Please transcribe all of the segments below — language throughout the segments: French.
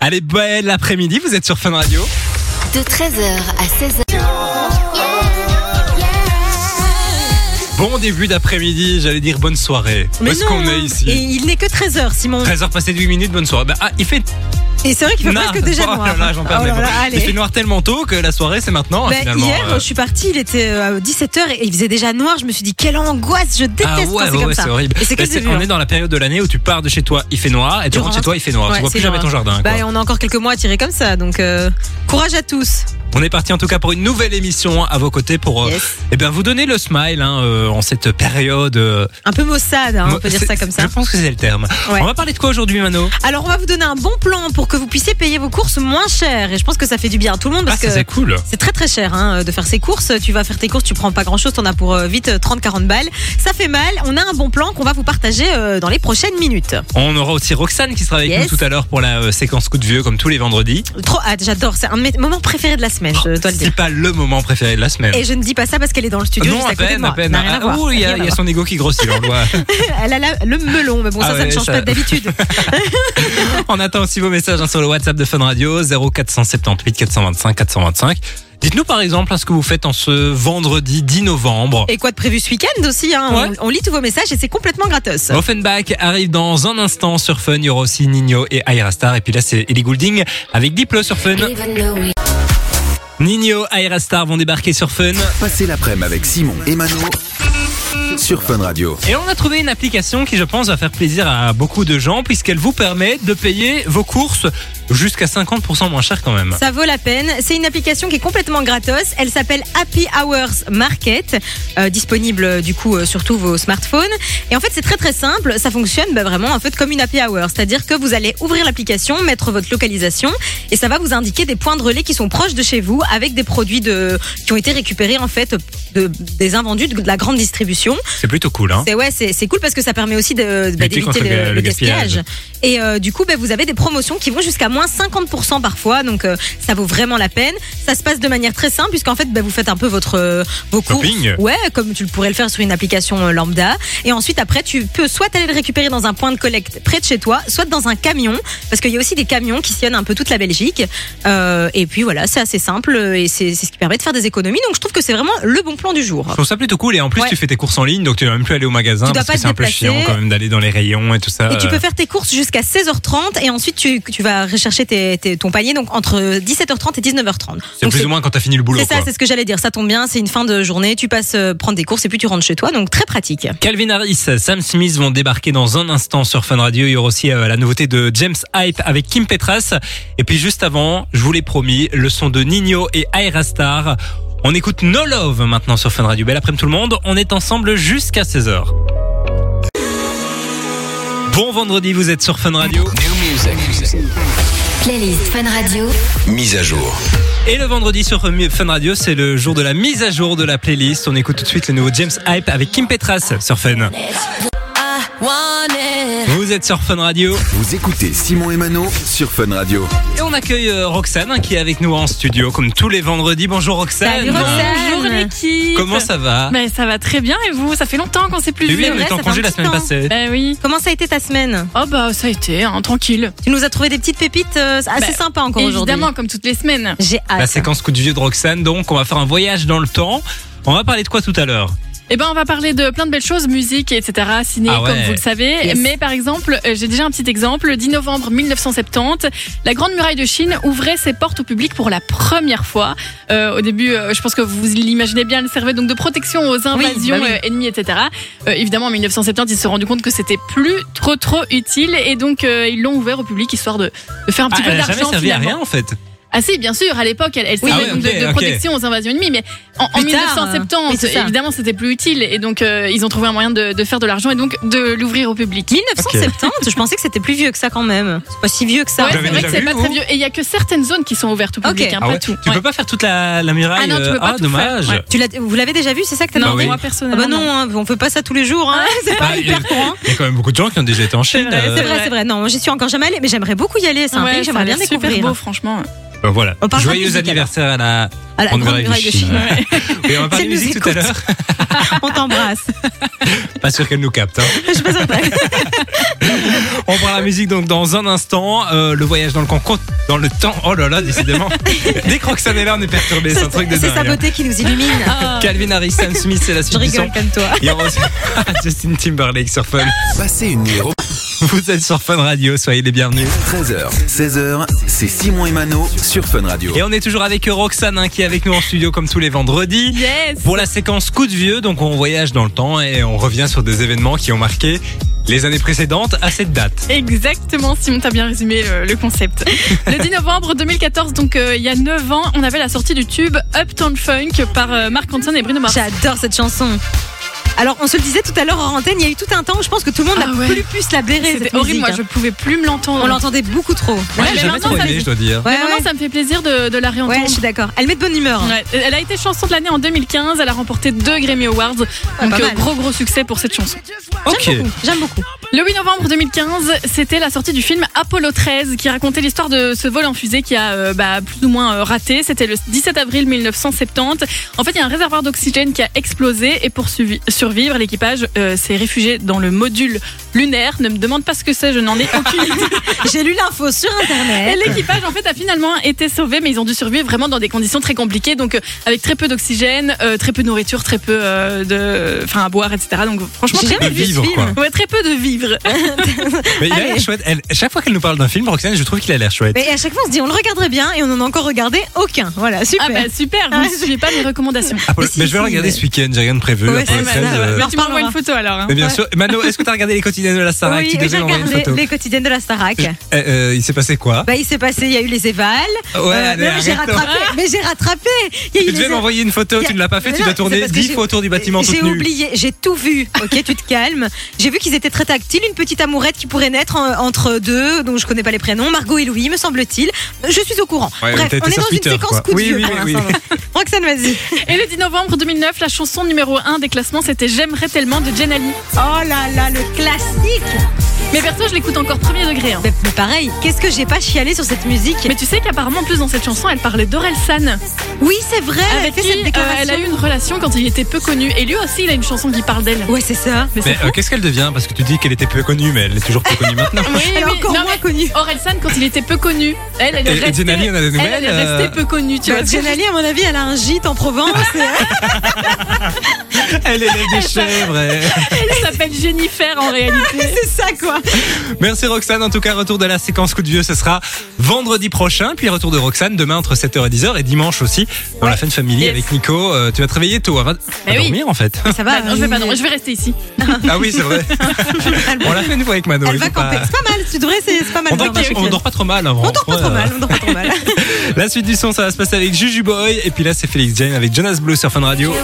Allez, belle après-midi, vous êtes sur Fun Radio. De 13h à 16h, Bon début d'après-midi, j'allais dire bonne soirée. Où Mais est-ce non, qu'on est Et ici il n'est que 13h, Simon. 13h passé 8 minutes, bonne soirée. Bah, ah, il fait Et c'est vrai qu'il fait noir. presque déjà Oh noir. là là, j'en perds Oh mes là mots. là, Il fait allez. noir tellement tôt que la soirée c'est maintenant. hein, Bah, finalement. hier, Euh, je suis partie, il était euh, à 17h et il faisait déjà noir. Je me suis dit, quelle angoisse, je déteste Ah ouais, quand c'est ouais, comme ouais, ça. c'est horrible. Et c'est que Bah, c'est on violent. est dans la période de l'année où tu pars de chez toi, il fait noir, et tu Tu rentres chez rentres. toi, il fait noir. Ouais, tu vois c'est plus jamais noir. ton jardin. hein, Bah, quoi. et on a encore quelques mois à tirer comme ça, donc euh, courage à tous. On est parti en tout cas pour une nouvelle émission à vos côtés pour euh, eh ben, vous donner le smile hein, euh, en cette période. euh, Un peu maussade, hein, on mo- peut dire c'est- ça comme ça. Je pense que c'est le terme. Ouais. On va parler de quoi aujourd'hui, Mano Alors, on va vous donner un bon plan pour que vous puissiez payer vos courses moins cher. Et je pense que ça fait du bien à tout le monde Ah, parce ça c'est que. cool. C'est très très cher hein, de faire ses courses. Tu vas faire tes courses, tu prends pas grand chose, t'en as pour euh, vite 30-40 balles. Ça fait mal. On a un bon plan qu'on va vous partager euh, dans les prochaines minutes. On aura aussi Roxane qui sera avec Yes. nous tout à l'heure pour la euh, séquence coup de vieux comme tous les vendredis. Oh, Trop hâte, j'adore. C'est un de mes moments préférés de la semaine, je dois le C'est dire. pas le moment préféré de la semaine. Et je ne dis pas ça parce qu'elle est dans le studio Oh, non, juste à, à côté de peine, moi. à peine. N'a rien à Ah, voir. ouh, il y a, Rien à il y a voir. son ego qui grossit, on le voit. Elle a la- le melon, mais bon, Ah ça, ça ouais, ne change ça- pas d'habitude. On attend aussi vos messages hein, sur le WhatsApp de Fun Radio 0478 425 425. Dites-nous par exemple hein, ce que vous faites en ce vendredi 10 novembre. Et quoi de prévu ce week-end aussi hein, Ouais. on, on lit tous vos messages et c'est complètement gratos. Offenbach arrive dans un instant sur Fun. Il y aura aussi Nino et Aira Star. Et puis là, c'est Ellie Goulding avec Diplo sur Fun. even though we Nino, Aira Star vont débarquer sur Fun. Passez l'après-midi avec Simon et Mano sur Fun Radio. Et on a trouvé une application qui, je pense, va faire plaisir à beaucoup de gens puisqu'elle vous permet de payer vos courses jusqu'à 50% moins cher quand même. Ça vaut la peine. C'est une application qui est complètement gratos. Elle s'appelle Happy Hours Market, euh, disponible euh, du coup euh, sur tous vos smartphones. Et en fait, c'est très très simple. Ça fonctionne bah, vraiment en fait comme une Happy Hour, c'est-à-dire que vous allez ouvrir l'application, mettre votre localisation, et ça va vous indiquer des points de relais qui sont proches de chez vous, avec des produits de qui ont été récupérés en fait de- des invendus de la grande distribution. C'est plutôt cool, hein C'est ouais, c'est c'est cool parce que ça permet aussi de- bah, Lutter d'éviter contre le- le, le le gaspillage. gaspillage. Et euh, du coup, bah, vous avez des promotions qui vont jusqu'à moins 50% parfois, donc euh, ça vaut vraiment la peine. Ça se passe de manière très simple puisqu'en fait, bah, vous faites un peu votre euh, vos courses. Shopping. Ouais, comme tu le pourrais le faire sur une application euh, lambda. Et ensuite, après, tu peux soit aller le récupérer dans un point de collecte près de chez toi, soit dans un camion, parce qu'il y a aussi des camions qui sillonnent un peu toute la Belgique. Euh, et puis voilà, c'est assez simple euh, et c'est c'est ce qui permet de faire des économies. Donc je trouve que c'est vraiment le bon plan du jour. Je trouve ça plutôt cool et en plus Ouais. tu fais tes courses en ligne donc tu vas même plus aller au magasin Tu dois parce pas que te c'est un peu déplacer. chiant quand même d'aller dans les rayons et tout ça. Et tu euh. peux faire tes courses jusqu'à 16h30 et ensuite tu, tu vas rechercher tes- tes- ton panier donc entre 17h30 et 19h30. C'est Donc, plus ou moins quand t'as fini le boulot. c'est ça, quoi. c'est ce que j'allais dire. Ça tombe bien, c'est une fin de journée. Tu passes euh, prendre des courses et puis tu rentres chez toi, donc très pratique. Calvin Harris, Sam Smith vont débarquer dans un instant sur Fun Radio. Il y aura aussi euh, la nouveauté de James Hype avec Kim Petras. Et puis juste avant, je vous l'ai promis, le son de Nino et Aira Star. On écoute No Love maintenant sur Fun Radio. Belle après-midi tout le monde. On est ensemble jusqu'à 16h. Bon vendredi, vous êtes sur Fun Radio. playlist Fun Radio, Mise à jour. Et le vendredi sur Fun Radio, c'est le jour de la mise à jour de la playlist. On écoute tout de suite le nouveau James Hype avec Kim Petras sur Fun. Vous êtes sur Fun Radio. Vous écoutez Simon et Mano sur Fun Radio. Et on accueille euh, Roxane hein, qui est avec nous en studio comme tous les vendredis. Bonjour Roxane. Salut, Roxane. Bonjour l'équipe. Comment ça va Ben, ça va très bien et vous Ça fait longtemps qu'on s'est plus Mais vu. oui, c'est on vrai, était en ça fait congé un la petit semaine temps. passée. Ben oui. Comment ça a été ta semaine Oh bah ça a été hein, tranquille. Tu nous as trouvé des petites pépites euh, assez Bah, sympas encore aujourd'hui. Évidemment comme toutes les semaines. J'ai hâte. La séquence coup de vieux de Roxane, donc on va faire un voyage dans le temps. On va parler de quoi tout à l'heure Et ben on va parler de plein de belles choses, musique etc, ciné Ah ouais. comme vous le savez. Yes. Mais par exemple, euh, j'ai déjà un petit exemple. Le 10 novembre 1970, la Grande Muraille de Chine ouvrait ses portes au public pour la première fois. Euh, au début, euh, je pense que vous l'imaginez bien, elle servait donc de protection aux invasions bah oui. euh, ennemies etc. Euh, évidemment en 1970, ils se sont rendus compte que c'était plus trop trop utile et donc euh, ils l'ont ouvert au public histoire de, de faire un petit Ah, peu Elle a d'argent. jamais servi à finalement. rien en fait. Ah si, bien sûr, à l'époque, elle, elle Oui. servait Ah ouais, donc ok, de, de ok. protection aux invasions ennemies, mais en, en Plus tard, euh, oui, 1970, c'est ça. évidemment, c'était plus utile, et donc euh, ils ont trouvé un moyen de, de faire de l'argent et donc de l'ouvrir au public. 1970, je pensais que c'était plus vieux que ça quand même. C'est pas si vieux que ça. Ouais, Vous c'est l'avez vrai que déjà c'est vu, pas vous très vieux, et il y a que certaines zones qui sont ouvertes au public, Ok. hein, Ah pas ouais. tout. Tu Ouais. peux pas faire toute la, la muraille. Ah non, tu peux euh, pas tout dommage. faire, ouais. Tu l'as- vous l'avez déjà vu, c'est ça que t'as Bah demandé oui. moi Ah personnellement. bah non, hein, on fait pas ça tous les jours. hein. c'est Ah, pas il- hyper courant. Il y a quand même beaucoup de gens qui ont déjà été en Chine. vrai, euh, C'est C'est vrai, c'est vrai. Non, j'y suis encore jamais allée, mais j'aimerais beaucoup y aller. C'est un Ouais, pays que ça j'aimerais a bien l'air super découvrir. beau, franchement. Ben voilà. On parlera de Joyeux musique, anniversaire à la. À la Grande Grande Muraille de Muraille de Chine. Chine. Ouais. Oui, on va parler Si elle nous musique tout à écoute. l'heure. On t'embrasse. Pas sûr qu'elle nous capte. hein. Je plaisante. On prend la musique donc dans un instant. Euh, le voyage dans le camp, dans le temps. Oh là là, décidément. Dès que Roxane est là, on est perturbé. C'est un truc de C'est sa dingue. hein. beauté qui nous illumine. Calvin Harris, Sam Smith, c'est la Je suite du rigole son. comme toi. Et on va aussi- Justin Timberlake sur Fun. Passez une nuit au Vous êtes sur Fun Radio, soyez les bienvenus. 13h, 16h, c'est Simon et Mano sur Fun Radio. Et on est toujours avec Roxane hein, qui est avec nous en studio comme tous les vendredis. Yes. Pour la séquence coup de vieux, donc on voyage dans le temps et on revient sur des événements qui ont marqué les années précédentes à cette date. Exactement, Simon, t'as bien résumé le, le concept. Le 10 novembre 2014, donc euh, il y a 9 ans, on avait la sortie du tube Uptown Funk par euh, Mark Hanson et Bruno Mars. J'adore cette chanson. Alors, on se le disait tout à l'heure en antenne, il y a eu tout un temps, je pense que tout le monde Ah n'a ouais. plus pu se la blairer. C'était cette horrible, musique, moi hein. je pouvais plus me l'entendre. On l'entendait beaucoup trop. Ouais, mais j'ai jamais maintenant, trop ça aimé, me- je dois dire. Ouais, Mais maintenant, Ah ouais. ça me fait plaisir de, de la réentendre. Ouais, je suis d'accord. Elle met de bonne humeur. Ouais. Elle a été chanson de l'année en 2015, elle a remporté deux Grammy Awards, donc Ah, pas euh, mal. gros gros succès pour cette chanson. Ok. J'aime beaucoup. J'aime beaucoup. Le 8 novembre 2015, c'était la sortie du film Apollo 13 qui racontait l'histoire de ce vol en fusée qui a euh, bah, plus ou moins euh, raté. C'était le 17 avril 1970. En fait, il y a un réservoir d'oxygène qui a explosé et pour suivi- survivre, l'équipage euh, s'est réfugié dans le module lunaire. Ne me demande pas ce que c'est, je n'en ai aucune idée. J'ai lu l'info sur Et internet. L'équipage, en fait, a finalement été sauvé, mais ils ont dû survivre vraiment dans des conditions très compliquées, donc euh, avec très peu d'oxygène, euh, très peu de nourriture, très peu euh, de, enfin, à boire, etc. Donc, franchement, J'ai très jamais de vu ce vivre, quoi. film. Ouais, très peu de vivre. Mais il a Allez. l'air chouette. Elle- chaque fois qu'elle nous parle d'un film, Roxane, je trouve qu'il a l'air chouette. Mais à chaque fois, on se dit, on le regarderait bien et on n'en a encore regardé aucun. Voilà, super. Ah bah super, vous ne suivez pas mes recommandations. Apollo- mais si, Ah, mais je vais si, le regarder mais- ce week-end, j'ai rien de prévu. Ouais, Apollo c'est 13, malade, euh, ouais. Merci, On en m'envoie une reparlera. photo alors. hein. Mais Eh, bien sûr. Mano, est-ce que t'as regardé les quotidiennes de la Starac oui, Tu j'ai devais envoyer une regardé photo. les quotidiennes de la Starac. Euh, euh, il s'est passé quoi Bah, il s'est passé, il y a eu les évals. Ouais, Euh, allez, mais j'ai arrête-toi. rattrapé. Mais j'ai rattrapé. Il y a eu Tu devais les m'envoyer une photo, tu ne l'as pas fait, Mais tu non, dois c'est tourner parce que 10 j'ai- fois autour du bâtiment toute J'ai nue. oublié, j'ai tout vu. Ok, tu te calmes. J'ai vu qu'ils étaient très tactiles. Une petite amourette qui pourrait naître en- entre deux, dont je connais pas les prénoms, Margot et Louis, me semble-t-il. Je suis au courant. Ouais, Bref, t'as été on est sur dans Twitter, une séquence quoi. coup de Oui, vieux oui, pour oui. l'instant. Roxane, vas-y. Et le 10 novembre 2009, la chanson numéro 1 des classements, c'était J'aimerais tellement de Jen Ali. Oh là là, le classique. Mais perso, je l'écoute encore premier degré. hein. Mais, mais pareil, qu'est-ce que j'ai pas chialé sur cette musique Mais tu sais qu'apparemment, en plus dans cette chanson, elle parlait d'Orelsan, Oui, c'est vrai. avec elle a fait qui cette euh, déclaration. elle a eu une relation quand il était peu connu. Et lui aussi, il a une chanson qui parle d'elle. Ouais, c'est ça. Mais c'est Mais euh, qu'est-ce qu'elle devient Parce que tu dis qu'elle était peu connue, mais elle est toujours peu connue maintenant. Oui, Elle est oui, encore non, moins mais connue. Orelsan, quand il était peu connu, elle, elle est Et- et restée. Jen Ali, on a des elle, elle nouvelles, est euh, restée peu connue, tu Bah, vois. Jen Ali, à mon avis, elle a un gîte en Provence. Elle est des chèvres. elle. Elle s'appelle Jennifer en réalité. c'est ça, quoi. Merci Roxane. En tout cas, retour de la séquence coup de vieux, ce sera vendredi prochain. Puis retour de Roxane demain entre 7h et 10h et dimanche aussi dans la Fun Family Yes. avec Nico. Euh, tu vas te réveiller tôt. avant Eh Mais oui. dormir en fait. Ça va. Bah, non, je vais pas, non, je vais rester ici. ah oui, c'est vrai. on l'a fait une fois avec Mano. Elle il va faut pas- camper. C'est pas mal, tu devrais essayer. C'est pas mal. On dort, pas, vraiment, on Jacqueline. dort pas trop mal. hein, On dort pas franchement, trop euh, mal, on dort pas trop mal. La suite du son, ça va se passer avec Juju Boy. Et puis là, c'est Félix Jane avec Jonas Blue sur Fun Radio.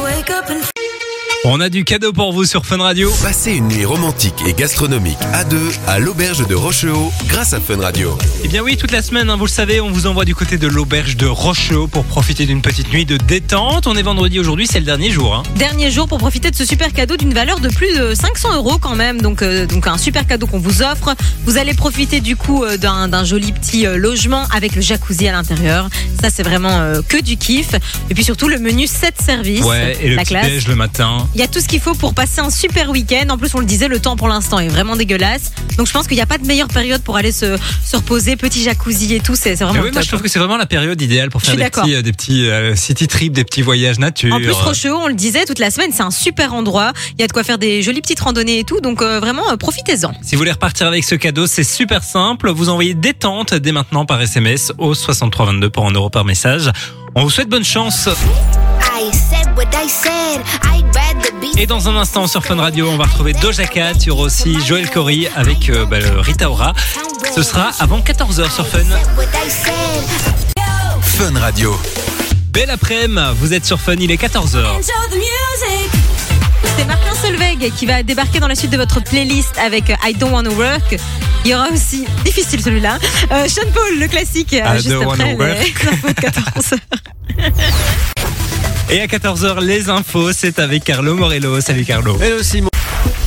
On a du cadeau pour vous sur Fun Radio. Passez une nuit romantique et gastronomique à deux à l'auberge de Rocheau grâce à Fun Radio. Eh bien oui, toute la semaine, hein, vous le savez, on vous envoie du côté de l'auberge de Rocheau pour profiter d'une petite nuit de détente. On est vendredi aujourd'hui, c'est le dernier jour. hein. Dernier jour pour profiter de ce super cadeau d'une valeur de plus de 500 euros quand même. Donc, euh, donc un super cadeau qu'on vous offre. Vous allez profiter du coup euh, d'un d'un joli petit euh, logement avec le jacuzzi à l'intérieur. Ça, c'est vraiment euh, que du kiff. Et puis surtout le menu 7 services. Ouais, et le la petit classe. déj le matin. Il y a tout ce qu'il faut pour passer un super week-end. En plus, on le disait, le temps pour l'instant est vraiment dégueulasse. Donc, je pense qu'il n'y a pas de meilleure période pour aller se, se reposer, petit jacuzzi et tout. C'est c'est Mais vraiment Eh oui, le moi top. je trouve que c'est vraiment la période idéale pour Je faire suis des d'accord. petits, euh, des petits euh, city trips, des petits voyages nature. En plus, Rocheux, on le disait toute la semaine, c'est un super endroit. Il y a de quoi faire des jolies petites randonnées et tout. Donc, euh, vraiment, euh, profitez-en. Si vous voulez repartir avec ce cadeau, c'est super simple. Vous envoyez détente dès maintenant par SMS au 6322 pour 1 euro par message. On vous souhaite bonne chance. I said what I said. I'd rather be Et dans un instant sur Fun Radio, on va retrouver Doja Cat, il y aura aussi Joël Cory avec euh, bah, le Rita Ora. Ce sera avant 14h sur Fun. what I said. Fun Radio. Belle après-midi, vous êtes sur Fun, il est 14h. C'est Martin Solveig qui va débarquer dans la suite de votre playlist avec euh, I Don't Wanna Work. Il y aura aussi, difficile celui-là, euh, Sean Paul, le classique, euh, I juste don't après wanna les infos de 14. Et à 14h, les infos, c'est avec Carlo Morello. Salut Carlo. Hello Simon.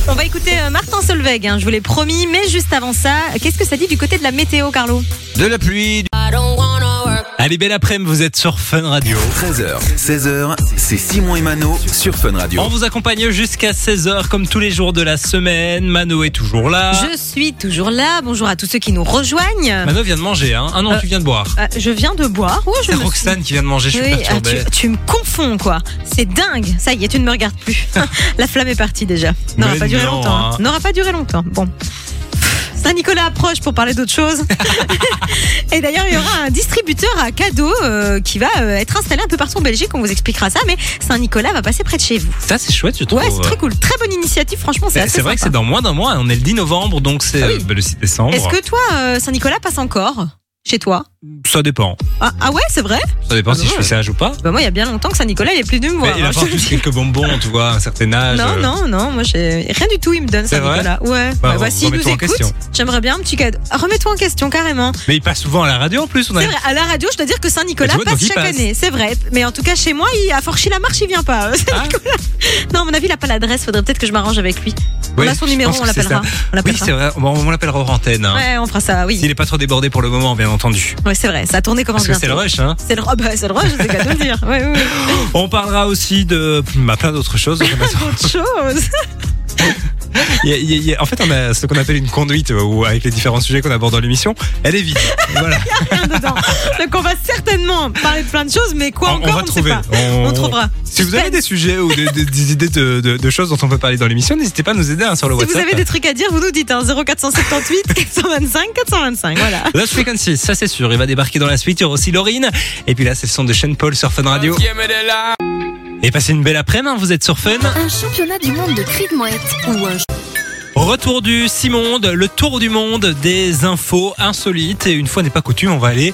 On va écouter euh, Martin Solveig, hein, je vous l'ai promis. Mais juste avant ça, qu'est-ce que ça dit du côté de la météo, Carlo De la pluie, Eh Allez, belle après-midi, vous êtes sur Fun Radio. 13h, 16h, c'est Simon et Mano sur Fun Radio. On vous accompagne jusqu'à 16h comme tous les jours de la semaine. Mano est toujours là. Je suis toujours là. Bonjour à tous ceux qui nous rejoignent. Mano vient de manger, hein Ah non, Euh, tu viens de boire. Euh, je viens de boire. Ouais, je C'est me suis- Roxane qui vient de manger, je suis Oui, ah, perturbé. tu, tu me confonds quoi. C'est dingue. Ça y est, tu ne me regardes plus. la flamme est partie déjà. N'aura Mais pas duré non, longtemps. hein. hein. N'aura pas duré longtemps. Bon. Saint-Nicolas approche pour parler d'autre chose. Et d'ailleurs, il y aura un distributeur à cadeaux euh, qui va euh, être installé un peu partout en Belgique. On vous expliquera ça, mais Saint-Nicolas va passer près de chez vous. Ça, c'est chouette, je trouve. Ouais, c'est très cool. Très bonne initiative, franchement, c'est C'est assez c'est vrai que c'est sympa. dans moins d'un mois. hein. On est le 10 novembre, donc c'est Ah oui. euh, bah, le 6 décembre. Est-ce que toi, euh, Saint-Nicolas passe encore chez toi Ça dépend. ah, ah ouais, c'est vrai Ça dépend Ah si je ouais. suis sage ou pas. Bah moi, il y a bien longtemps que Saint-Nicolas, il est plus venu me Mais voir. il hein, je apporte te le juste dis. quelques bonbons, tu vois, à un certain âge. Non, euh, non, non, moi j'ai rien du tout, il me donne C'est ça, vrai Nicolas. Ouais, Bah, bah, re- s'il nous remets-toi en question. écoute, j'aimerais bien un petit cadeau. Ah, Remets-toi en question, carrément. Mais il passe souvent à la radio en plus. On a... C'est vrai, à la radio, je dois dire que Bah, Saint-Nicolas tu vois, passe donc il chaque passe. année, c'est vrai. Mais en tout cas, chez moi, il, à Forchy-la-Marche, il vient pas. Ah, non, à mon avis, il a pas l'adresse, faudrait peut-être que je m'arrange avec lui. oui, on a son je numéro, pense on que c'est l'appellera. ça. On Oui, l'appellera. c'est vrai. Bon, on l'appellera hors antenne. hein. ouais, on fera ça, S'il oui. n'est pas trop débordé pour le moment, bien entendu. Ouais, c'est vrai, ça a tourné Parce commence que bien. c'est le rush, hein. C'est le roi, bah, c'est le roi, je sais qu'à te le dire. Ouais, ouais, ouais. On parlera aussi de bah, plein d'autres choses. Autre chose. Il y a- il y a- il y a- En fait, on a ce qu'on appelle une conduite, euh, où, avec les différents sujets qu'on aborde dans l'émission, elle est vide. Voilà. Rien dedans. Donc on va certainement parler de plein de choses, mais quoi On- encore on va ne sait trouver. pas. On trouvera. Si vous Suspense. avez des sujets ou des, des- des idées de, de- de choses dont on peut parler dans l'émission, n'hésitez pas à nous aider hein, sur le Si vous WhatsApp. avez des trucs à dire, vous nous dites hein, 0478 425 425. Voilà. Lost Frequency, ça c'est sûr, il va débarquer dans la suite, il y aura aussi Laurine. Et puis là, c'est le son de Sean Paul sur Fun Radio. Et passez une belle après-midi, hein, vous êtes sur Fun. Un championnat du monde de cri de mouette ou un Retour du Simonde, le tour du monde des infos insolites. Et une fois n'est pas coutume, on va aller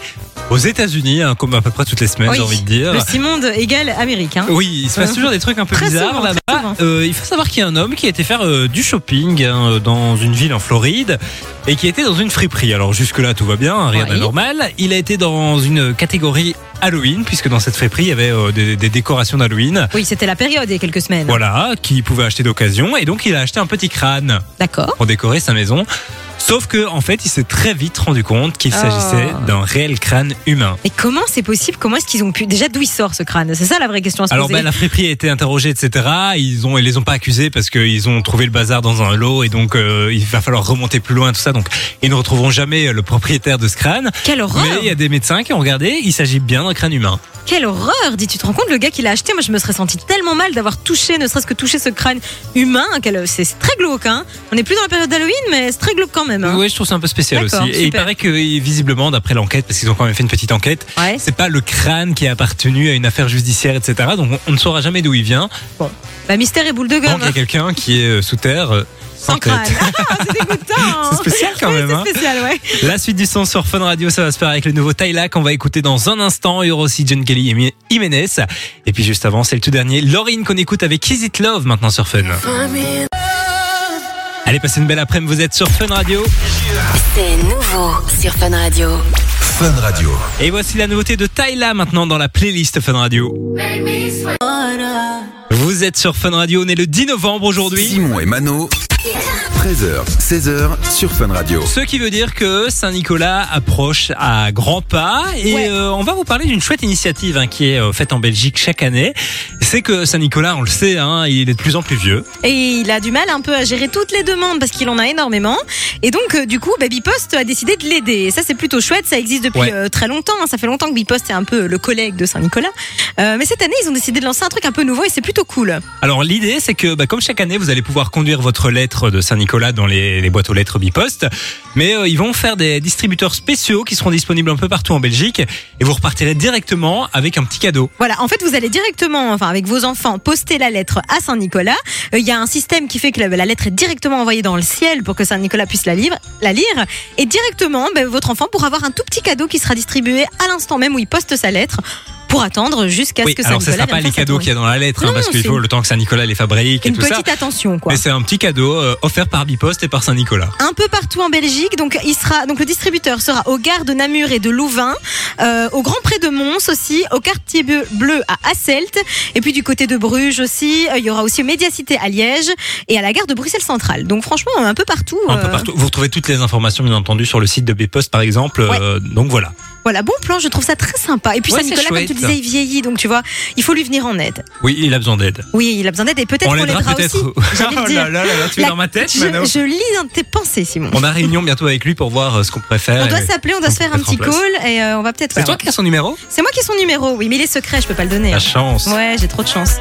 aux États-Unis, hein, comme à peu près toutes les semaines, Oui. j'ai envie de dire. Le Simonde égale Amérique. hein. Oui, il se passe Euh, toujours des trucs un peu très bizarres souvent, très là-bas. souvent. Euh, il faut savoir qu'il y a un homme qui a été faire euh, du shopping hein, dans une ville en Floride et qui était dans une friperie. Alors jusque-là, tout va bien, rien Oui. d'anormal. Il a été dans une catégorie Halloween, puisque dans cette friperie, il y avait euh, des, des décorations d'Halloween. Oui, c'était la période il y a quelques semaines. Voilà, qu'il pouvait acheter d'occasion. Et donc, il a acheté un petit crâne D'accord. pour décorer sa maison. Sauf que, en fait, il s'est très vite rendu compte qu'il Oh. s'agissait d'un réel crâne humain. Mais comment c'est possible Comment est-ce qu'ils ont pu Déjà, d'où il sort ce crâne C'est ça la vraie question à se Alors, poser. ben, la friperie a été interrogée, etc. Ils ont, ils les ont pas accusés parce qu'ils ont trouvé le bazar dans un lot et donc euh, il va falloir remonter plus loin, tout ça. Donc, ils ne retrouveront jamais euh, le propriétaire de ce crâne. Quelle horreur Mais il y a des médecins qui ont regardé. Il s'agit bien d'un crâne humain. Quelle horreur Dis, tu te rends compte le gars qui l'a acheté Moi, je me serais senti tellement mal d'avoir touché, ne serait-ce que touché ce crâne humain. Quelle- C'est c'est très glauque. Hein. On n'est plus dans la période d'Halloween, mais c'est très glauque quand même. hein. Oui, je trouve ça un peu spécial aussi. D'accord, Et il super. paraît que visiblement, d'après l'enquête, parce qu'ils ont quand même fait une petite enquête, Ouais. c'est pas le crâne qui a appartenu à une affaire judiciaire, etc. Donc, on- on ne saura jamais d'où il vient. Bah, mystère et boule de Donc, gomme. il y a quelqu'un qui est euh, sous terre. euh, Sans crâne. Ah, c'est dégoûtant. hein. C'est spécial quand Oui, même, hein. C'est spécial, ouais. La suite du son sur Fun Radio, ça va se faire avec le nouveau Tyla qu'on va écouter dans un instant. Il y aura aussi John Kelly et Mi- Jiménez. Et puis juste avant, c'est le tout dernier, Laurine qu'on écoute avec Is It Love maintenant sur Fun. Allez, passez une belle après-midi, vous êtes sur Fun Radio. C'est nouveau sur Fun Radio. Fun Radio. Et voici la nouveauté de Tyla maintenant dans la playlist Fun Radio. Vous êtes sur Fun Radio, on est le 10 novembre aujourd'hui. Simon et Mano, 13h, 16h sur Fun Radio. Ce qui veut dire que Saint-Nicolas approche à grands pas et Ouais. euh, on va vous parler d'une chouette initiative hein, qui est euh, faite en Belgique chaque année. C'est que Saint-Nicolas, on le sait, hein, il est de plus en plus vieux. Et il a du mal un peu à gérer toutes les demandes parce qu'il en a énormément. Et donc, euh, du coup, bah, Bipost a décidé de l'aider. Et ça, c'est plutôt chouette. Ça existe depuis Ouais. euh, très longtemps. hein. Ça fait longtemps que Bipost est un peu le collègue de Saint-Nicolas. Euh, mais cette année, ils ont décidé de lancer un truc un peu nouveau et c'est plutôt cool. Alors l'idée, c'est que bah, comme chaque année, vous allez pouvoir conduire votre lettre de Saint-Nicolas dans les, les boîtes aux lettres Bipost. Mais euh, ils vont faire des distributeurs spéciaux qui seront disponibles un peu partout en Belgique et vous repartirez directement avec un petit cadeau. Voilà. En fait, vous allez directement, enfin, avec vos enfants, poster la lettre à Saint-Nicolas. Euh, Il y a un système qui fait que la, la lettre est directement envoyée dans le ciel pour que Saint-Nicolas puisse la, livre- la lire. Et directement, bah, votre enfant pourra avoir un tout petit cadeau qui sera distribué à l'instant même où il poste sa lettre pour attendre jusqu'à Oui, ce que alors ce sera Saint-Nicolas vienne pas les faire sa cadeaux tournée. qu'il y a dans la lettre, hein, Non, parce qu'il c'est faut une- le temps que Saint-Nicolas les fabrique et Une tout ça. petite attention, quoi. Mais c'est un petit cadeau euh, offert par Bipost et par Saint-Nicolas. Un peu partout en Belgique, donc il sera, donc le distributeur sera aux gares de Namur et de Louvain, euh, au Grand Pré de Mons aussi, au quartier Bleu- bleu à Asselt, et puis du côté de Bruges aussi. euh, il y aura aussi au Médiacité à Liège et à la gare de Bruxelles Centrale. Donc franchement, un peu partout. Un peu euh, partout. Vous retrouvez toutes les informations, bien entendu, sur le site de Bpost, par exemple. Ouais. Euh, donc voilà. Voilà, bon plan, je trouve ça très sympa. Et puis Ouais, ça, c'est Nicolas, comme tu le chouette. disais, il vieillit, donc tu vois, il faut lui venir en aide. Oui, il a besoin d'aide. Oui, il a besoin d'aide et peut-être On qu'on l'aidera l'aidera peut-être. aussi. J'allais le Oh dire. là là là là, tu es La- dans ma tête, Je, Mano. je lis dans tes pensées, Simon. On a réunion bientôt avec lui pour voir euh, ce qu'on préfère. On doit Et- s'appeler, on doit se on faire peut un mettre en petit place. call et euh, on va peut-être. C'est ouais, toi ouais. qui as son numéro C'est moi qui ai son numéro, oui, mais il est secret, je peux pas le donner. La hein. chance. Ouais, j'ai trop de chance.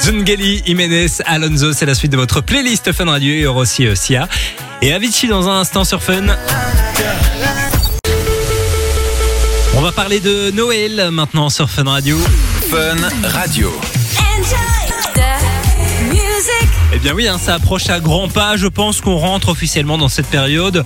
Zungeli, Jiménez, Alonso, c'est la suite de votre playlist Fun Radio. Il y aura aussi euh, Sia et Avicii dans un instant sur Fun. On va parler de Noël euh, maintenant sur Fun Radio. Fun Radio. Eh bien oui, hein, ça approche à grands pas. Je pense qu'on rentre officiellement dans cette période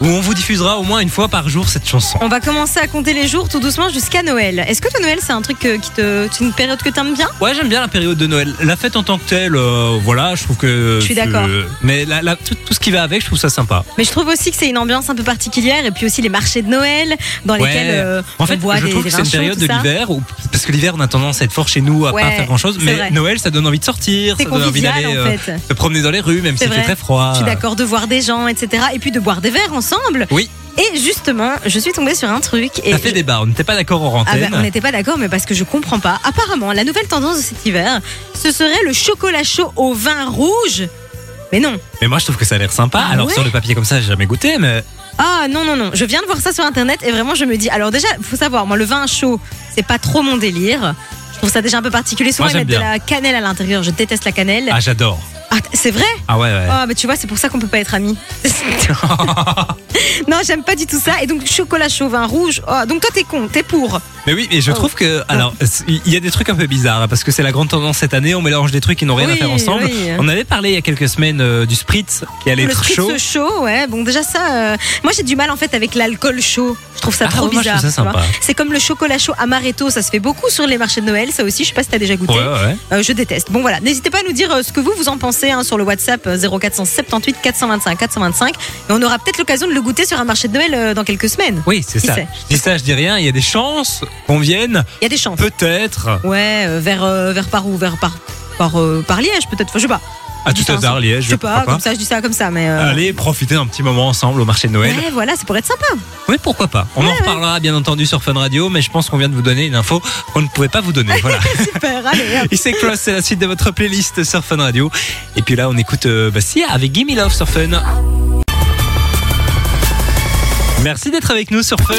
où on vous diffusera au moins une fois par jour cette chanson. On va commencer à compter les jours tout doucement jusqu'à Noël. Est-ce que toi, Noël, c'est un truc euh, qui te. C'est une période que t'aimes bien Ouais, j'aime bien la période de Noël. La fête en tant que telle, euh, voilà, je trouve que. Je suis d'accord. euh, Mais la- la- tout, tout ce qui va avec, je trouve ça sympa. Mais je trouve aussi que c'est une ambiance un peu particulière et puis aussi les marchés de Noël dans Ouais. lesquels euh, en fait, on boit je des, trouve des que vins c'est une chauds, période tout de ça. l'hiver où- parce que l'hiver on a tendance à être fort chez nous, à pas Ouais, faire grand chose. c'est Mais vrai. Noël, ça donne envie de sortir, C'est ça donne envie convivial d'aller en euh, fait. se promener dans les rues, même C'est s'il fait vrai. très froid. Je suis d'accord de voir des gens, etc. Et puis de boire des verres ensemble. Oui. Et justement, je suis tombée sur un truc. Et Ça fait débat. On n'était pas d'accord en Ah bah, antenne. on n'était pas d'accord, mais parce que je comprends pas. Apparemment, la nouvelle tendance de cet hiver, ce serait le chocolat chaud au vin rouge. Mais non. Mais moi, je trouve que ça a l'air sympa. Ah Alors ouais sur le papier comme ça, j'ai jamais goûté, mais Ah non, non, non. Je viens de voir ça sur internet et vraiment, je me dis. Alors, déjà, faut savoir, moi, le vin chaud, c'est pas trop mon délire. Je trouve ça déjà un peu particulier. Moi, Souvent, ils j'aime mettent de bien. la cannelle à l'intérieur. Je déteste la cannelle. ah, j'adore. Ah, t- c'est vrai Ah ouais, ouais. Ah, bah tu vois, c'est pour ça qu'on peut pas être amis. non, j'aime pas du tout ça. Et donc, chocolat chaud, vin rouge. Oh, donc, toi, t'es con, t'es pour. Mais oui, mais je Oh. trouve que alors c- il y a des trucs un peu bizarres hein, parce que c'est la grande tendance cette année. On mélange des trucs qui n'ont rien à Oui, faire ensemble. oui. On avait parlé il y a quelques semaines euh, du spritz qui allait le être spritz chaud. chaud, ouais. Bon, déjà, ça. euh, Moi, j'ai du mal, en fait, avec l'alcool chaud. Je trouve ça Ah, trop ouais, moi, je bizarre. trouve ça tu vois. sympa. C'est comme le chocolat chaud amaretto. Ça se fait beaucoup sur les marchés de Noël, ça aussi. Je sais pas si t'as déjà goûté. Ouais, ouais. Euh, je déteste. Bon voilà, n'hésitez pas à nous dire euh, ce que vous vous en pensez hein, sur le WhatsApp euh, 0478 425 425 et on aura peut-être l'occasion de le goûter sur un marché de Noël euh, dans quelques semaines. Oui, c'est Qui ça. sait Je dis ça, je dis rien. Il y a des chances qu'on vienne, Il y a des chances. peut-être. Ouais, euh, vers euh, vers par où Vers par par euh, par Liège peut-être. Enfin, je sais pas. À Je dis tout ça, hasard, hein. Liège. Je sais pourquoi pas, comme ça je dis ça comme ça mais euh, Allez, profiter un petit moment ensemble au marché de Noël. Ouais, voilà, ça pourrait être sympa. Oui, pourquoi pas. On en reparlera bien entendu sur Fun Radio, mais je pense qu'on vient de vous donner une info qu'on ne pouvait pas vous donner. Voilà. Super, allez. hop. Il s'est Cross, c'est la suite de votre playlist sur Fun Radio. Et puis là, on écoute euh, bah, Sia avec Gimme Love sur Fun. Merci d'être avec nous sur Fun.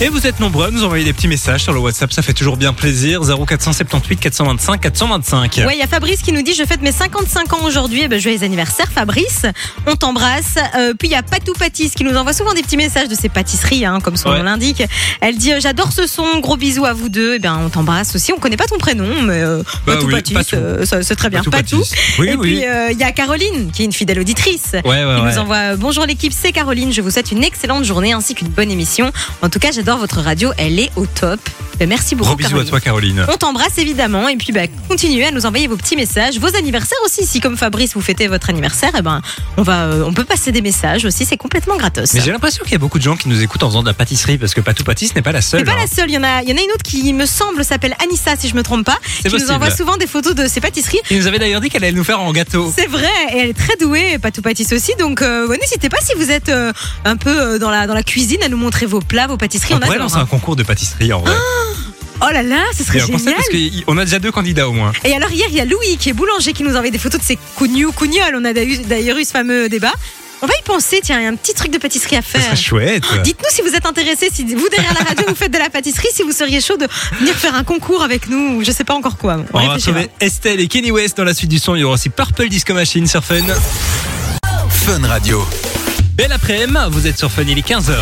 Et vous êtes nombreux à nous envoyer des petits messages sur le WhatsApp, ça fait toujours bien plaisir. 0478 425 425. Ouais, il y a Fabrice qui nous dit je fête mes 55 ans aujourd'hui. Eh ben, joyeux anniversaire Fabrice. On t'embrasse. Euh, puis il y a Patou Patisse qui nous envoie souvent des petits messages de ses pâtisseries, hein, comme son Ouais. nom l'indique. Elle dit euh, j'adore ce son. Gros bisous à vous deux. Eh ben on t'embrasse aussi. On connaît pas ton prénom, mais euh, Bah Patou oui, Patisse, Patou. euh, ça- c'est très bien. Patou Patou. Patis. Oui, Et oui. puis euh, il y a Caroline qui est une fidèle auditrice. ouais, ouais, qui ouais. nous envoie euh, Bonjour l'équipe, c'est Caroline, je vous souhaite une excellente journée ainsi qu'une bonne émission. En tout cas, j'adore votre radio, elle est au top. Euh, Merci Gros beaucoup. bisous à Caroline. toi, Caroline. On t'embrasse évidemment et puis bah, continuez à nous envoyer vos petits messages, vos anniversaires aussi. Si comme Fabrice vous fêtez votre anniversaire, eh ben on va, euh, on peut passer des messages aussi. C'est complètement gratos. Mais j'ai l'impression qu'il y a beaucoup de gens qui nous écoutent en faisant de la pâtisserie parce que Patou Pâtisse n'est pas la C'est seule. pas hein. la seule, il y en a, il y en a une autre qui me semble s'appelle Anissa si je me trompe pas, qui possible. nous envoie souvent des photos de ses pâtisseries. Il nous avait d'ailleurs dit qu'elle allait nous faire en gâteau. C'est vrai, et elle est très douée, et pas tout pâtisse aussi. Donc euh, ouais, n'hésitez pas si vous êtes euh, un peu euh, dans la dans la cuisine à nous montrer vos plats, vos pâtisseries. On On pourrait adore, lancer un hein. concours de pâtisserie en vrai. Oh là là, ce serait C'est un concept génial. parce qu'on a déjà deux candidats au moins. Et alors hier, il y a Louis qui est boulanger qui nous envoie des photos de ses cognous, cognolles. On a d'ailleurs d'ailleurs eu ce fameux débat. On va y penser, tiens, il y a un petit truc de pâtisserie à Ça faire. serait chouette. Dites-nous si vous êtes intéressés, si vous derrière la radio vous faites de la pâtisserie, si vous seriez chaud de venir faire un concours avec nous, ou je sais pas encore quoi. On va réfléchira. retrouver Estelle et Kenny West dans la suite du son. Il y aura aussi Purple Disco Machine sur Fun. Fun Radio. Belle après-midi, vous êtes sur Fun, il est 15h.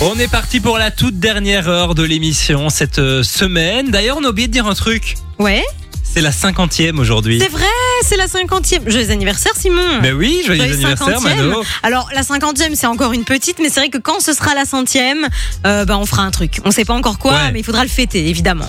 On est parti pour la toute dernière heure de l'émission cette euh, semaine. D'ailleurs, on a oublié de dire un truc. Ouais, C'est la cinquantième aujourd'hui. c'est vrai, c'est la cinquantième. Joyeux anniversaire Simon. Mais oui, joyeux Joyeux anniversaire, 50e. Mano. Alors la cinquantième, c'est encore une petite, mais c'est vrai que quand ce sera la centième, euh, bah, on fera un truc. On sait pas encore quoi, Ouais. mais il faudra le fêter évidemment.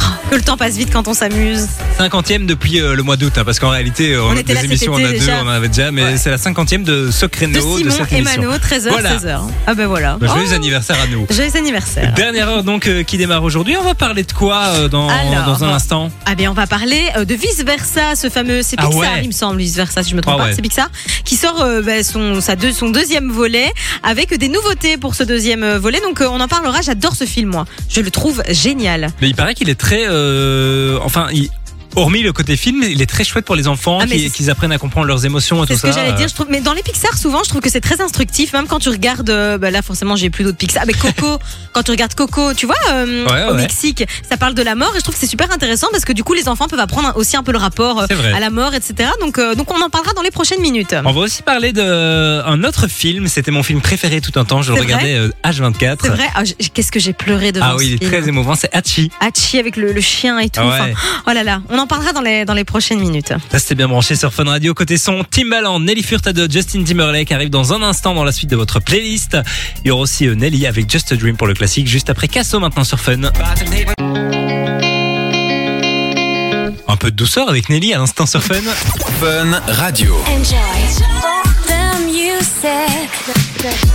Oh, Que le temps passe vite quand on s'amuse. Cinquantième depuis euh, le mois d'août, hein, parce qu'en réalité, euh, On des était là cet émissions, été on a deux, déjà. on en avait déjà, mais Ouais. c'est la cinquantième de ce De créneau de, Simon cette et émission. Mano, 13h, Voilà. 16h. Ah ben voilà. Bah, joyeux Oh, anniversaire à nous. joyeux anniversaire. Dernière heure donc euh, qui démarre aujourd'hui. On va parler de quoi euh, dans, Alors. dans un instant Ah bien, on va parler euh, de Vice Versa, ce fameux, c'est Ah Pixar, ouais. il me semble, Vice Versa, si je me trompe Ah ouais. pas, c'est Pixar, qui sort euh, bah, son, sa deux, son deuxième volet avec des nouveautés pour ce deuxième euh, volet. Donc euh, on en parlera. J'adore ce film, moi. Je le trouve génial. Mais il paraît qu'il est très, euh, enfin, il- hormis le côté film, il est très chouette pour les enfants, Ah, mais qui- c'est- qu'ils apprennent à comprendre leurs émotions et C'est tout ce ça. que j'allais dire. Je trouve, mais dans les Pixar, souvent, je trouve que c'est très instructif. Même quand tu regardes, euh, bah là, forcément, j'ai plus d'autres Pixar. Mais Coco, quand tu regardes Coco, tu vois, euh, Ouais, au ouais. Mexique, ça parle de la mort. Et je trouve que c'est super intéressant parce que du coup, les enfants peuvent apprendre un- aussi un peu le rapport euh, C'est vrai. à la mort, etc. Donc, euh, donc, on en parlera dans les prochaines minutes. Euh, On va aussi parler d'un autre film. C'était mon film préféré tout un temps. Je le C'est regardais euh, H24. C'est vrai. ah, j'ai- qu'est-ce que j'ai pleuré devant Ah oui, ce il est film. très émouvant. C'est Hachi. Hachi avec le, le chien et tout. Ah ouais. Enfin, oh là là, on en parlera dans les, dans les prochaines minutes. Là, c'était bien branché sur Fun Radio. Côté son, Timbaland, Nelly Furtado, Justin Timberlake arrive dans un instant dans la suite de votre playlist. Il y aura aussi euh, Nelly avec Just a Dream pour le classique, juste après Casso maintenant sur Fun. Un peu de douceur avec Nelly à l'instant sur Fun. Fun Radio. Enjoy the music.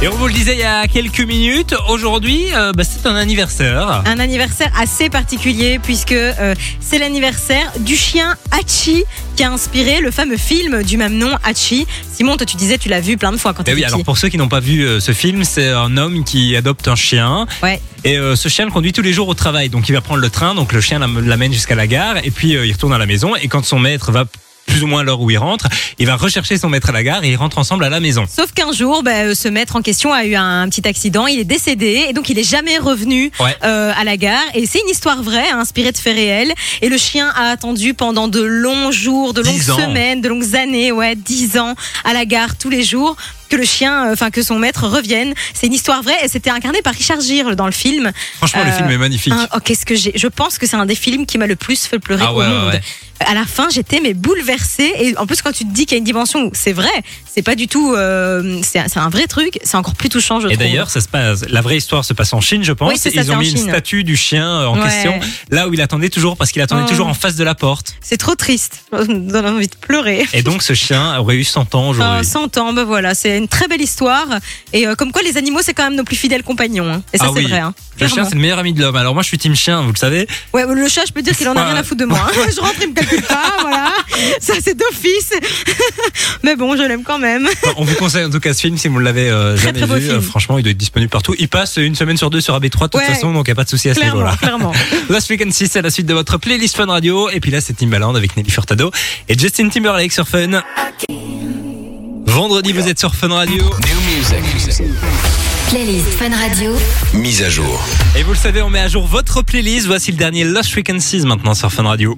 Et on vous le disait il y a quelques minutes, aujourd'hui, euh, bah, c'est un anniversaire. Un anniversaire assez particulier puisque euh, c'est l'anniversaire du chien Hachi qui a inspiré le fameux film du même nom Hachi. Simon, toi tu disais tu l'as vu plein de fois quand Eh t'étais oui, petit. alors pour ceux qui n'ont pas vu euh, ce film, c'est un homme qui adopte un chien. Ouais. Et euh, ce chien le conduit tous les jours au travail. Donc il va prendre le train, donc le chien l'am- l'amène jusqu'à la gare, et puis euh, il retourne à la maison. Et quand son maître va plus ou moins à l'heure où il rentre, il va rechercher son maître à la gare et ils rentrent ensemble à la maison. Sauf qu'un jour, bah, euh, ce maître en question a eu un, petit accident, il est décédé et donc il est jamais revenu Ouais. euh, à la gare. Et c'est une histoire vraie, hein, inspirée de faits réels. Et le chien a attendu pendant de longs jours, de longues Dix ans. semaines, de longues années, ouais, dix ans à la gare tous les jours que le chien, euh, enfin que son maître revienne. C'est une histoire vraie et c'était incarné par Richard Gere dans le film. Franchement, le Euh, film est magnifique. Hein, oh, qu'est-ce que j'ai Je pense que c'est un des films qui m'a le plus fait pleurer Ah ouais, au ouais, monde. ouais. À la fin, j'étais mais bouleversée. Et en plus, quand tu te dis qu'il y a une dimension, où c'est vrai, c'est pas du tout, euh, c'est c'est un vrai truc. C'est encore plus touchant, je Et trouve. d'ailleurs, ça se passe. La vraie histoire se passe en Chine, je pense. Oui, c'est ça, ils c'est ont en mis une Chine. statue du chien euh, en Ouais. question, là où il attendait toujours, parce qu'il attendait Oh. toujours en face de la porte. c'est trop triste. On donne envie de pleurer. Et donc, ce chien aurait eu 100 ans aujourd'hui. Enfin, 100 ans, ben voilà, c'est une très belle histoire. Et euh, comme quoi, les animaux, c'est quand même nos plus fidèles compagnons. hein. Et ça, Ah c'est oui. vrai. hein. le chien, Clairement. c'est le meilleur ami de l'homme. Alors moi, je suis team chien, vous le savez. Ouais, le chat, je peux dire qu'il en a Ouais. rien à foutre de moi. hein. Je rentre, il me calcule pas, voilà. Ça, c'est d'office. Mais bon, je l'aime quand même. Enfin, On vous conseille en tout cas ce film si vous ne l'avez euh, Très, jamais très beau vu. film. Euh, franchement, il doit être disponible partout. Il passe une semaine sur deux sur AB3 de toute Ouais. façon, donc il n'y a pas de souci à ce Clairement, niveau-là. clairement. Last Weekend 6, c'est la suite de votre playlist Fun Radio. Et puis là, c'est Timbaland avec Nelly Furtado et Justin Timberlake sur Fun. Vendredi, vous êtes sur Fun Radio. Playlist Fun Radio. Mise à jour. Et vous le savez, on met à jour votre playlist. Voici le dernier Lost Frequencies maintenant sur Fun Radio.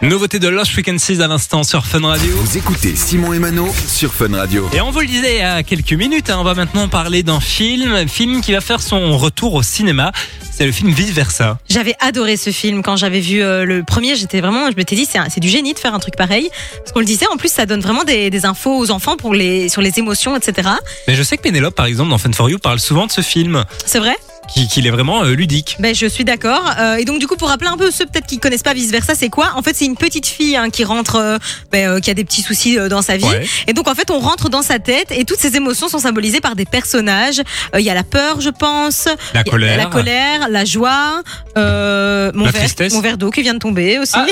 Nouveauté de Lost Frequencies à l'instant sur Fun Radio. Vous écoutez Simon et Mano sur Fun Radio. Et on vous le disait il y a quelques minutes, hein, on va maintenant parler d'un film, film qui va faire son retour au cinéma. C'est le film Vice Versa. J'avais adoré ce film quand j'avais vu euh, le premier. J'étais vraiment, je m'étais dit, c'est un- c'est du génie de faire un truc pareil. Parce qu'on le disait, en plus, ça donne vraiment des, des infos aux enfants pour les, sur les émotions, etc. Mais je sais que Pénélope, par exemple, dans Fun for You, parle souvent de ce film, C'est vrai qui- qu'il est vraiment euh, ludique. Ben, je suis d'accord. Euh, et donc, du coup, pour rappeler un peu ceux peut-être qui connaissent pas vice versa, c'est quoi En fait, c'est une petite fille hein, qui rentre, euh, ben, euh, qui a des petits soucis euh, dans sa vie. Ouais. Et donc, en fait, on rentre dans sa tête et toutes ses émotions sont symbolisées par des personnages. Euh, Il y a la peur, je pense. La Il y a colère. La colère, la joie. euh, mon La verre, tristesse. mon verre d'eau qui vient de tomber aussi. Ah,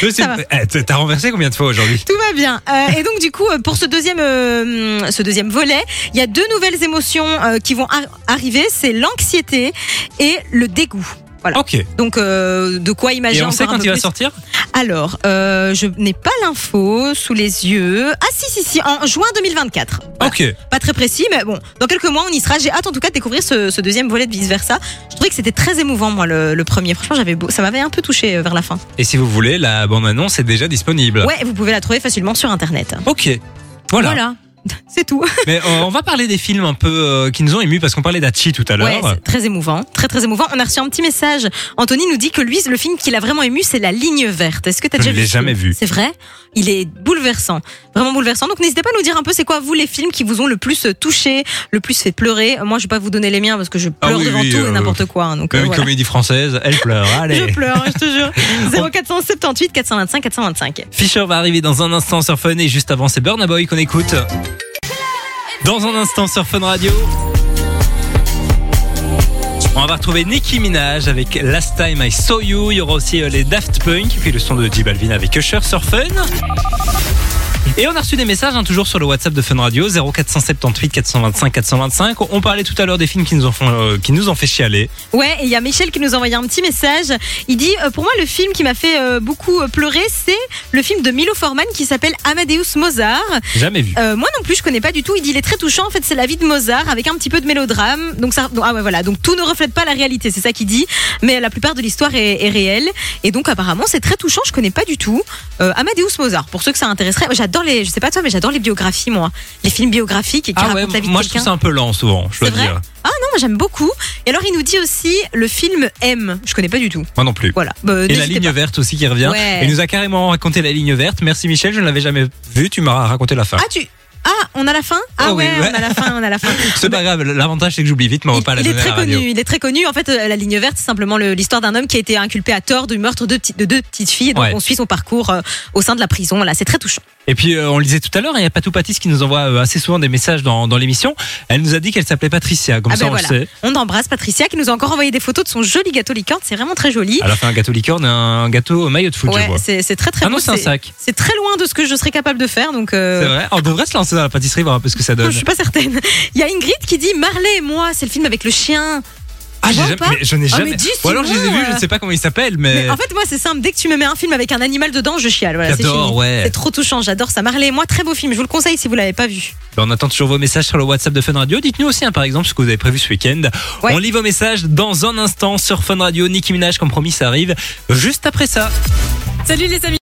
Je sais- Ça va. Eh, t'as- T'as renversé combien de fois aujourd'hui Tout va bien. Euh, et donc du coup, euh, pour ce deuxième, euh, ce deuxième volet, il y a deux nouvelles émotions euh, qui vont ar- arriver. C'est l'anxiété et le dégoût. Voilà. Ok. Et Donc euh, de quoi imaginer on sait Bah, encore un quand peu il va plus. sortir Alors, euh, je n'ai pas l'info sous les yeux. Ah si si si, en juin 2024. Voilà. Ok. Pas très précis, mais bon, dans quelques mois on y sera. J'ai hâte en tout cas de découvrir ce, ce deuxième volet de vice versa. Je trouvais que c'était très émouvant moi le, le premier. Franchement, j'avais beau- ça m'avait un peu touché euh, vers la fin. Et si vous voulez, la bande-annonce est déjà disponible. Ouais, vous pouvez la trouver facilement sur internet. Ok. Voilà. C'est tout. Mais euh, on va parler des films un peu euh, qui nous ont émus parce qu'on parlait d'Achi tout à Ouais, l'heure. c'est très émouvant, très très émouvant. On a reçu un petit message. Anthony nous dit que lui, le film qui l'a vraiment ému, c'est La Ligne Verte. Est-ce que t'as Je ne déjà vu l'ai ce film jamais vu. C'est vrai. Il est bouleversant, vraiment bouleversant. Donc n'hésitez pas à nous dire un peu c'est quoi vous les films qui vous ont le plus euh, touché, le plus fait pleurer. Moi, je vais pas vous donner les miens parce que je Ah pleure oui, devant oui, tout euh, et n'importe quoi. hein. donc Comme euh, une voilà. comédie française, elle pleure. Allez. Je pleure, je te jure. 0478 425 425. Fisher va arriver dans un instant sur Fun et juste avant c'est Burna Boy qu'on écoute. Dans un instant sur Fun Radio. On va retrouver Nicki Minaj avec Last Time I Saw You. Il y aura aussi euh, les Daft Punk, puis le son de J Balvin avec Usher sur Fun. Et on a reçu des messages hein, toujours sur le WhatsApp de Fun Radio 0478 425 425. On parlait tout à l'heure des films qui nous ont, font, euh, qui nous ont fait chialer. Ouais, et il y a Michel qui nous a envoyé un petit message. Il dit euh, Pour moi, le film qui m'a fait euh, beaucoup euh, pleurer, c'est le film de Milo Forman qui s'appelle Amadeus Mozart. Jamais vu. Euh, moi non plus, je connais pas du tout. Il dit Il est très touchant. En fait, c'est la vie de Mozart avec un petit peu de mélodrame. Donc, ça, donc- ah ouais, voilà. Donc, tout ne reflète pas la réalité, c'est ça qu'il dit. Mais la plupart de l'histoire est, est réelle. Et donc, apparemment, c'est très touchant. Je connais pas du tout. Euh, Amadeus Mozart, pour ceux que ça intéresserait. Moi, J'adore les, je sais pas toi, mais j'adore les biographies, moi. Les films biographiques et qui Ah racontent ouais, la vie de moi je trouve quelqu'un. ça un peu lent souvent, je dois C'est vrai dire. Ah non, moi j'aime beaucoup. Et alors il nous dit aussi le film M. Je connais pas du tout. Moi non plus. Voilà. Bah, Et la n'hésitez ligne pas. verte aussi qui revient. Ouais. Il nous a carrément raconté la ligne verte. Merci Michel, je ne l'avais jamais vu. Tu m'as raconté la fin. Ah tu. Ah, on a la fin Ah Oh oui, ouais, ouais. on a la fin, on a la fin. C'est pas grave. L'avantage c'est que j'oublie vite, mais on va Il, pas la il est donner à très la radio. connu, il est très connu. En fait, euh, la ligne verte, c'est simplement le- l'histoire d'un homme qui a été inculpé à tort du meurtre de, petits- de deux petites filles. Et donc, Ouais. on suit son parcours euh, au sein de la prison. Là, c'est très touchant. Et puis euh, on le disait tout à l'heure, il y a Patou Patis qui nous envoie euh, assez souvent des messages dans, dans l'émission. Elle nous a dit qu'elle s'appelait Patricia, comme Ah ça ben on le voilà. sait. On embrasse Patricia qui nous a encore envoyé des photos de son joli gâteau licorne. C'est vraiment très joli. Elle a fait un gâteau licorne, et un gâteau au maillot de foot, Ah, je ouais, vois. c'est c'est très très Ah non, beau. c'est un sac. C'est très loin de ce que je serais capable de faire. Donc, euh, C'est vrai. On devrait se lancer dans la pâtisserie, voir un peu ce que ça donne. Je suis pas certaine. Il y a Ingrid qui dit Marley et moi, c'est le film avec le chien. Ah, Tu j'ai vois jamais- pas mais je n'ai Ah, jamais. mais dis, Ou alors je les ai sinon, vus, je euh, ne sais pas comment ils s'appellent, mais. Mais en fait, moi, c'est simple. Dès que tu me mets un film avec un animal dedans, je chiale. Voilà, c'est J'adore, fini. ouais. C'est trop touchant, j'adore ça. Marley et moi, très beau film. Je vous le conseille si vous l'avez pas vu. Ben, On attend toujours vos messages sur le WhatsApp de Fun Radio. Dites-nous aussi, hein, par exemple, ce que vous avez prévu ce week-end. Ouais. On lit vos messages dans un instant sur Fun Radio. Nicki Minaj, comme promis, ça arrive juste après ça. Salut les amis.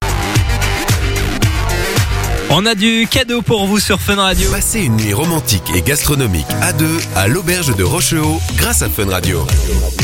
On a du cadeau pour vous sur Fun Radio. Passez une nuit romantique et gastronomique à deux à l'auberge de Rochehaut grâce à Fun Radio.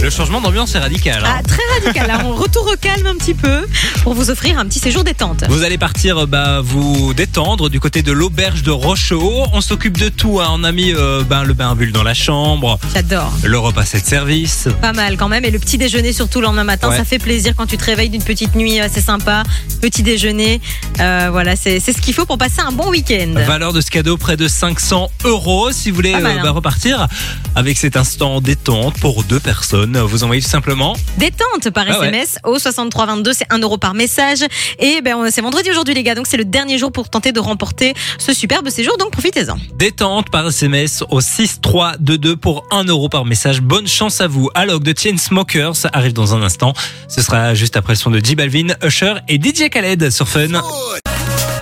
Le changement d'ambiance est radical. hein. Ah, très radical. Là, on retourne au calme un petit peu pour vous offrir un petit séjour détente. Vous allez partir euh, bah, vous détendre du côté de l'auberge de Rochehaut. On s'occupe de tout. hein. On a mis euh, ben, le bain à bulles dans la chambre, J'adore. le repas c'est de service. Pas mal quand même. Et le petit déjeuner, surtout le lendemain matin, Ouais. ça fait plaisir quand tu te réveilles d'une petite nuit. euh, C'est sympa. Petit déjeuner. Euh, voilà, c'est c'est ce qu'il faut pour passer un bon week-end. Valeur de ce cadeau près de 500 euros. Si vous voulez Pas mal, euh, bah, hein. repartir avec cet instant détente pour deux personnes, vous envoyez tout simplement détente par Ah ouais. SMS au 6322, c'est 1 euro par message. Et ben on- c'est vendredi aujourd'hui les gars, donc c'est le dernier jour pour tenter de remporter ce superbe séjour, donc profitez-en. Détente par SMS au 6322 pour 1 euro par message. Bonne chance à vous. Alok de Chainsmokers arrive dans un instant. Ce sera juste après le son de J Balvin, Usher et DJ Khaled sur Fun.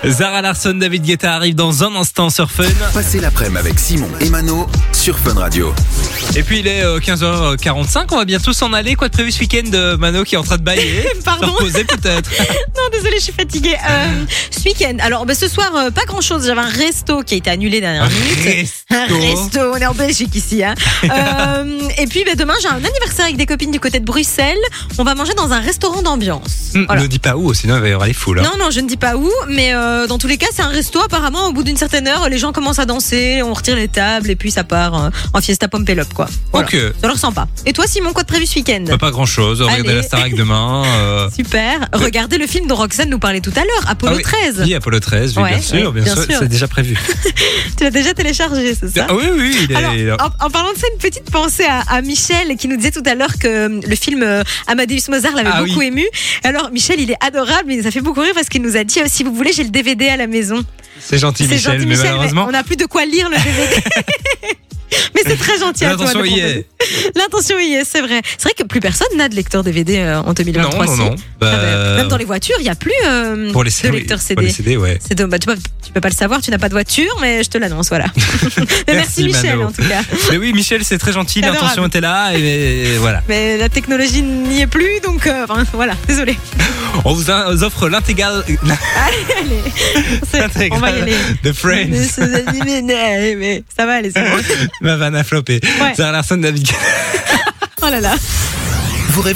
Zara Larson, David Guetta arrive dans un instant sur Fun. Passez l'après-midi avec Simon et Mano sur Fun Radio. Et puis il est euh, 15h45. On va bientôt s'en aller. Quoi de prévu ce week-end, euh, Mano qui est en train de bailler Se Pardon. reposer peut-être. Non, désolé, je suis fatiguée. Euh, ce week-end, alors ben, ce soir, euh, pas grand-chose, j'avais un resto qui a été annulé Ah, dernière minute. Un resto, on est en Belgique ici. hein. Euh, et puis ben, demain, j'ai un anniversaire avec des copines du côté de Bruxelles. On va manger dans un restaurant d'ambiance. Hmm, Voilà. Ne dis pas où, sinon il va y avoir les foules. hein. Non, non, je ne dis pas où, mais euh, dans tous les cas, c'est un resto. Apparemment, au bout d'une certaine heure, les gens commencent à danser, on retire les tables et puis ça part euh, en fiesta pompelop, quoi. Voilà. Ok. Ça leur sent pas. Et toi, Simon, quoi de prévu ce week-end Bah, pas grand chose. Regardez Allez. la Starac demain. euh, Super. Regardez le film dont Roxane nous parlait tout à l'heure, Apollo Ah oui. 13. Oui, Apollo 13, oui, Ouais, bien sûr, oui, bien, bien sûr, sûr. c'est déjà prévu. Tu l'as déjà téléchargé, c'est ça Ah oui, oui, il est, Alors, oh, il est- en, en parlant de ça, une petite pensée à, à Michel qui nous disait tout à l'heure que euh, le film euh, Amadeus Mozart l'avait Ah beaucoup oui. ému. Alors, Michel, il est adorable, mais ça fait beaucoup rire parce qu'il nous a dit euh, si vous voulez, j'ai le DVD à la maison. c'est gentil, C'est Michel, gentil, mais Michel, mais malheureusement. on n'a plus de quoi lire le DVD. mais c'est très gentil à toi. Attention, de il y proposer. est. L'intention y est, c'est vrai. C'est vrai que plus personne n'a de lecteur DVD euh, en 2023. non, si. non, non. Bah, Ah bah, Même dans les voitures, il n'y a plus euh, pour les de CD, lecteur Pour CD. les CD, ouais. C'est dommage. Tu peux, tu peux pas le savoir, tu n'as pas de voiture, mais je te l'annonce, voilà. Mais Merci, merci, Michel, Mano. en tout cas. Mais oui, Michel, c'est très gentil. Adorable. L'intention était là et voilà. Mais la technologie n'y est plus, donc euh, enfin, voilà, désolé. On vous a- vous offre l'intégrale Allez, c'est- on va y l'intégrale aller. de Mais Friends. c'est- mais- mais- mais ça va aller, c'est bon. Ma vanne a flopé. Ouais. C'est un Larson David. Oh là là.